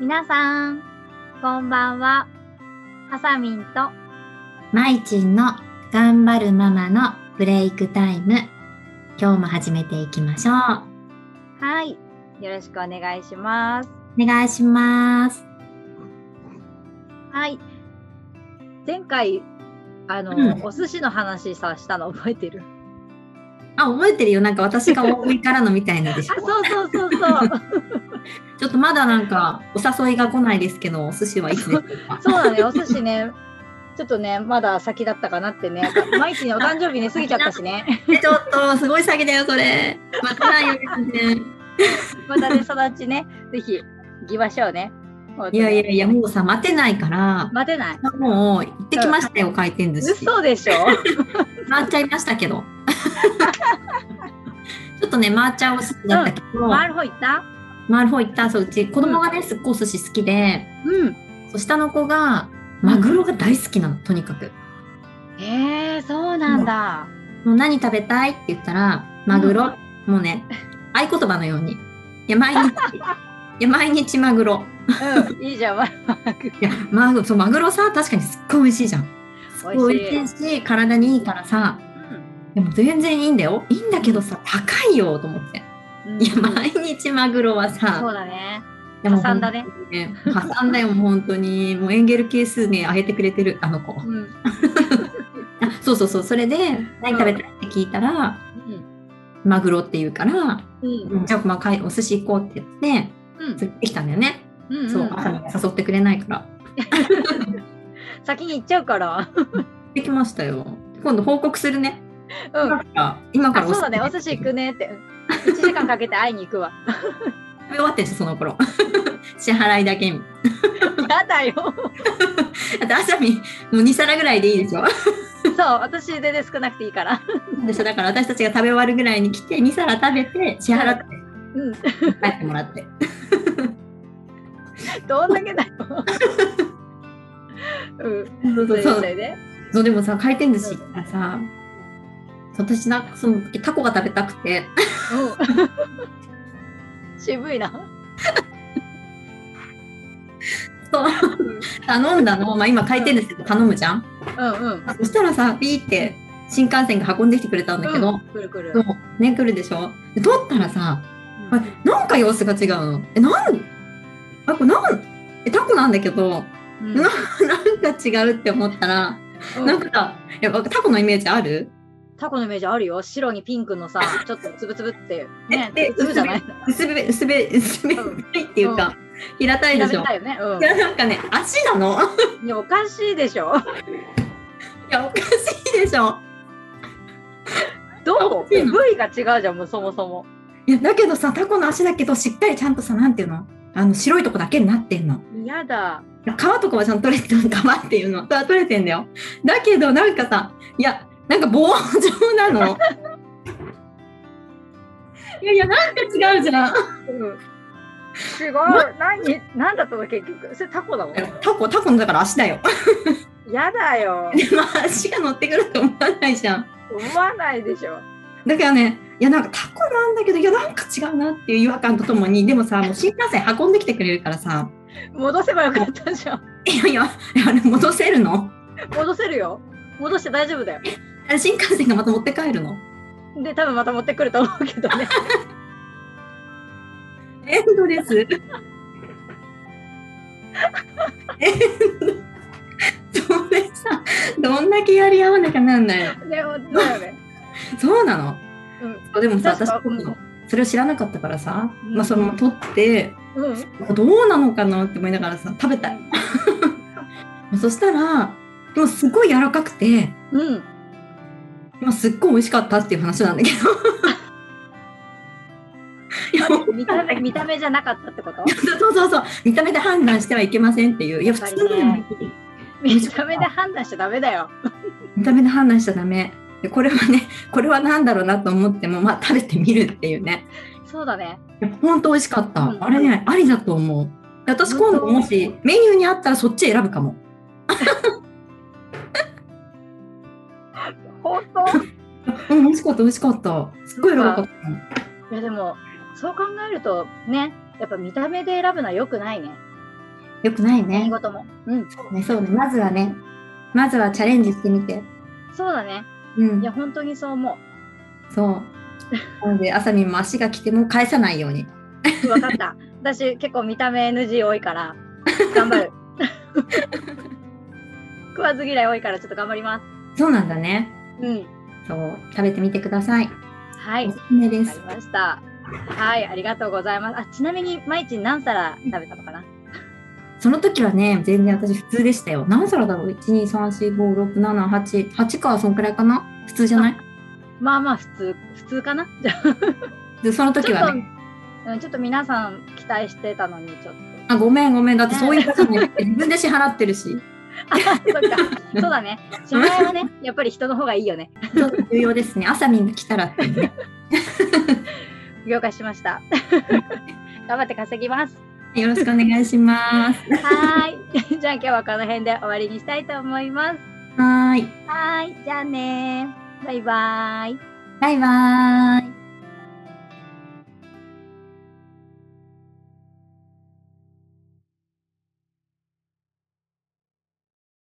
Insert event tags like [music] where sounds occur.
皆さん、こんばんは。はさみんとまいちんの頑張るママのブレイクタイム。今日も始めていきましょう。はい、よろしくお願いします。お願いします。はい。前回あの、うんお寿司の話さしたの覚えてる？あ、覚えてるよ。なんか私が大食いからのみたいなで [laughs] しあょ、。そうそうそうそう。ちょっとまだなんかお誘いが来ないですけど、お寿司はいつです [laughs] かそうなのよ、お寿司ね。ちょっとね、まだ先だったかなってね。毎 [laughs] 日ね、お誕生日ね、過ぎちゃったし [laughs] ね。 [laughs] えちょっと、すごい詐欺だよ、それ。待てないよ、全然。またね、育ちね、ぜひ行きましょうね。いやいやいや、もうさ、待てないから、待てない。もう行ってきましたよ、回転寿司。嘘でしょ回っちゃいましたけ [laughs] ど。ちょっとね、回っちゃうお寿司だったけど、回る方行った回る方行ったそううち子供がねすっごいお寿司好きで、うん。そう下の子がマグロが大好きなのとにかくえー、そうなんだ。もう何食べたいって言ったらマグロ、もうね合言葉のようにいや毎日いや毎日マグロうん、いいじゃん、マグいやマグロそうマグロさ確かにすっごい美味しいじゃんすっごい美美味味しいし体にいいからさでも全然いいんだよいいんだけどさ高いよと思ってうん。いやうん毎日マグロはさそうだね。でも挟んだね本当にね。挟んだよ、もう本当に。もうエンゲル係数ね、上げてくれてる、あの子。あうん。そうそうそう、それで、何食べたいって聞いたら、マグロって言うから、うん。うん。じゃあ、まあかい、お寿司行こうって言って、うん釣ってきたんだよね。うん。そう、朝に誘ってくれないから。先に行っちゃうから。できましたよ。今度報告するね。うん。今から、今かあ、らそうだね、お寿司行くねって。1時間かけて会いに行くわ。食べ終わってんしその頃。 [laughs] 支払いだけ。だやだよ。って、朝に、もう2皿ぐらいでいいでしょ。そう、私でね、少なくていいから。でしょだから私たちが食べ終わるぐらいに来て、2皿食べて、支払ってうん。帰ってもらって。どんだけだよ。うん。そそうそううそう。だよね。そうでもさ回転寿司行ったらさ私なんかその時タコが食べたくて [laughs] うん。渋いな。そううん頼んだの、まあ、今回転寿司で頼むじゃんうんうん。そしたらさピーって新幹線が運んできてくれたんだけど、くるくるそう。ね来るでしょで取ったらさうんあなんか様子が違うのえなんあこれなんえタコなんだけど [laughs] うんななんか違うって思ったらなんかさやっぱタコのイメージあるタコのイメージあるよ。白にピンクの [laughs] さ、ちょっとつぶつぶって。ね、ええつぶつぶじゃない。薄べ薄べ薄べうんいっていうか平たいで食しべょたいよね。いやなんかね足なの [laughs] うん。いや、おかしいでしょ。いや、おかしいでしょ。どこおかしいの部位が違うじゃん、もうそもそも。いや、だけどさ、タコの足だけど、しっかりちゃんとさ、なんていうのあの、白いとこだけになってんの。やだ。皮とかはちゃんと取れてるのかっていうの。 [laughs] あ取れてんだよ。だけど、なんかさ、いや、なんか棒状なの。 [laughs] いやいや、なんか違うじゃん。うん。違う。何何だったの結局。それタコだもん。タコ、タコのだから足だよ。 [laughs] やだよ。でも、足が乗ってくると思わないじゃん。思わないでしょ。だからね、いや、なんかタコなんだけど、いや、なんか違うなっていう違和感とともに、でもさ、もう新幹線運んできてくれるからさ、戻せばよかったじゃん。いやいや、あれ戻せるの戻せるよ。戻して大丈夫だよ。あれ新幹線がまた持って帰るので、多分また持ってくると思うけど [laughs] ね。エンドレスエンドそれさどんだけやり合わなきゃなんないのね、本当だよね。そうなのうん。そうでもさ確私かそれを知らなかったからさ、うんまあ、そのまま取ってうん。どうなのかなって思いながらさ食べたいそしたらでもすごい柔らかくてうん。今すっごい美味しかったっていう話なんだけど [laughs] いや見た目見た目じゃなかったってことそうそうそう、見た目で判断してはいけませんっていう、いや、普通だよね、見た目で判断しちゃダメだよ。見た目で判断しちゃだめ。でこれはね、 [laughs] これは何だろうなと思っても、まあ、食べてみるっていうね。そうだね。いやほんと美味しかった。うんあれね、ありだと思う。で私、今度もしメニューにあったらそっち選ぶかも。本当 [laughs] うん、美味しかった、美味しかった。すっごい喜かった。いやでもそう考えるとねやっぱ見た目で選ぶのは良くないねよくないね何。事も。うん。ね、そうね。まずはね、まずはチャレンジしてみて。そうだね。うんいや、。本当にそう思そう。なので、朝にも足が来ても返さないように。う。わか [laughs] った。私、結構見た目 NG 多いから、頑張る。 [laughs] 食わず嫌い多いから、ちょっと頑張ります。そうなんだね。うん。そう。食べてみてください。はい。おわすかすめでりす。ました。はい、ありがとうございます。あ、ちなみに、毎日何皿食べたのかなその時はね、全然私普通でしたよ。何皿だろう ?1、2、3、4、5、6、7、8。8か、そんくらいかな普通じゃないまあまあ、普通、普通かなちょっでその時はと、ね。うん、ちょっと皆さん期待してたのに、ちょっと。あ、ごめんごめん。だってそういうことも自分で支払ってるし。あそっか、そうだね。支払いはね、やっぱり人の方がいいよね。ちょっと重要ですね。朝みんな来たらっていうね。了解しました。 [laughs] 頑張って稼ぎます。よろしくお願いします。はー [laughs] い。じゃあ今日はこの辺で終わりにしたいと思います。はーい。はーい。じゃあねー。バイバーイ。バイバーイ。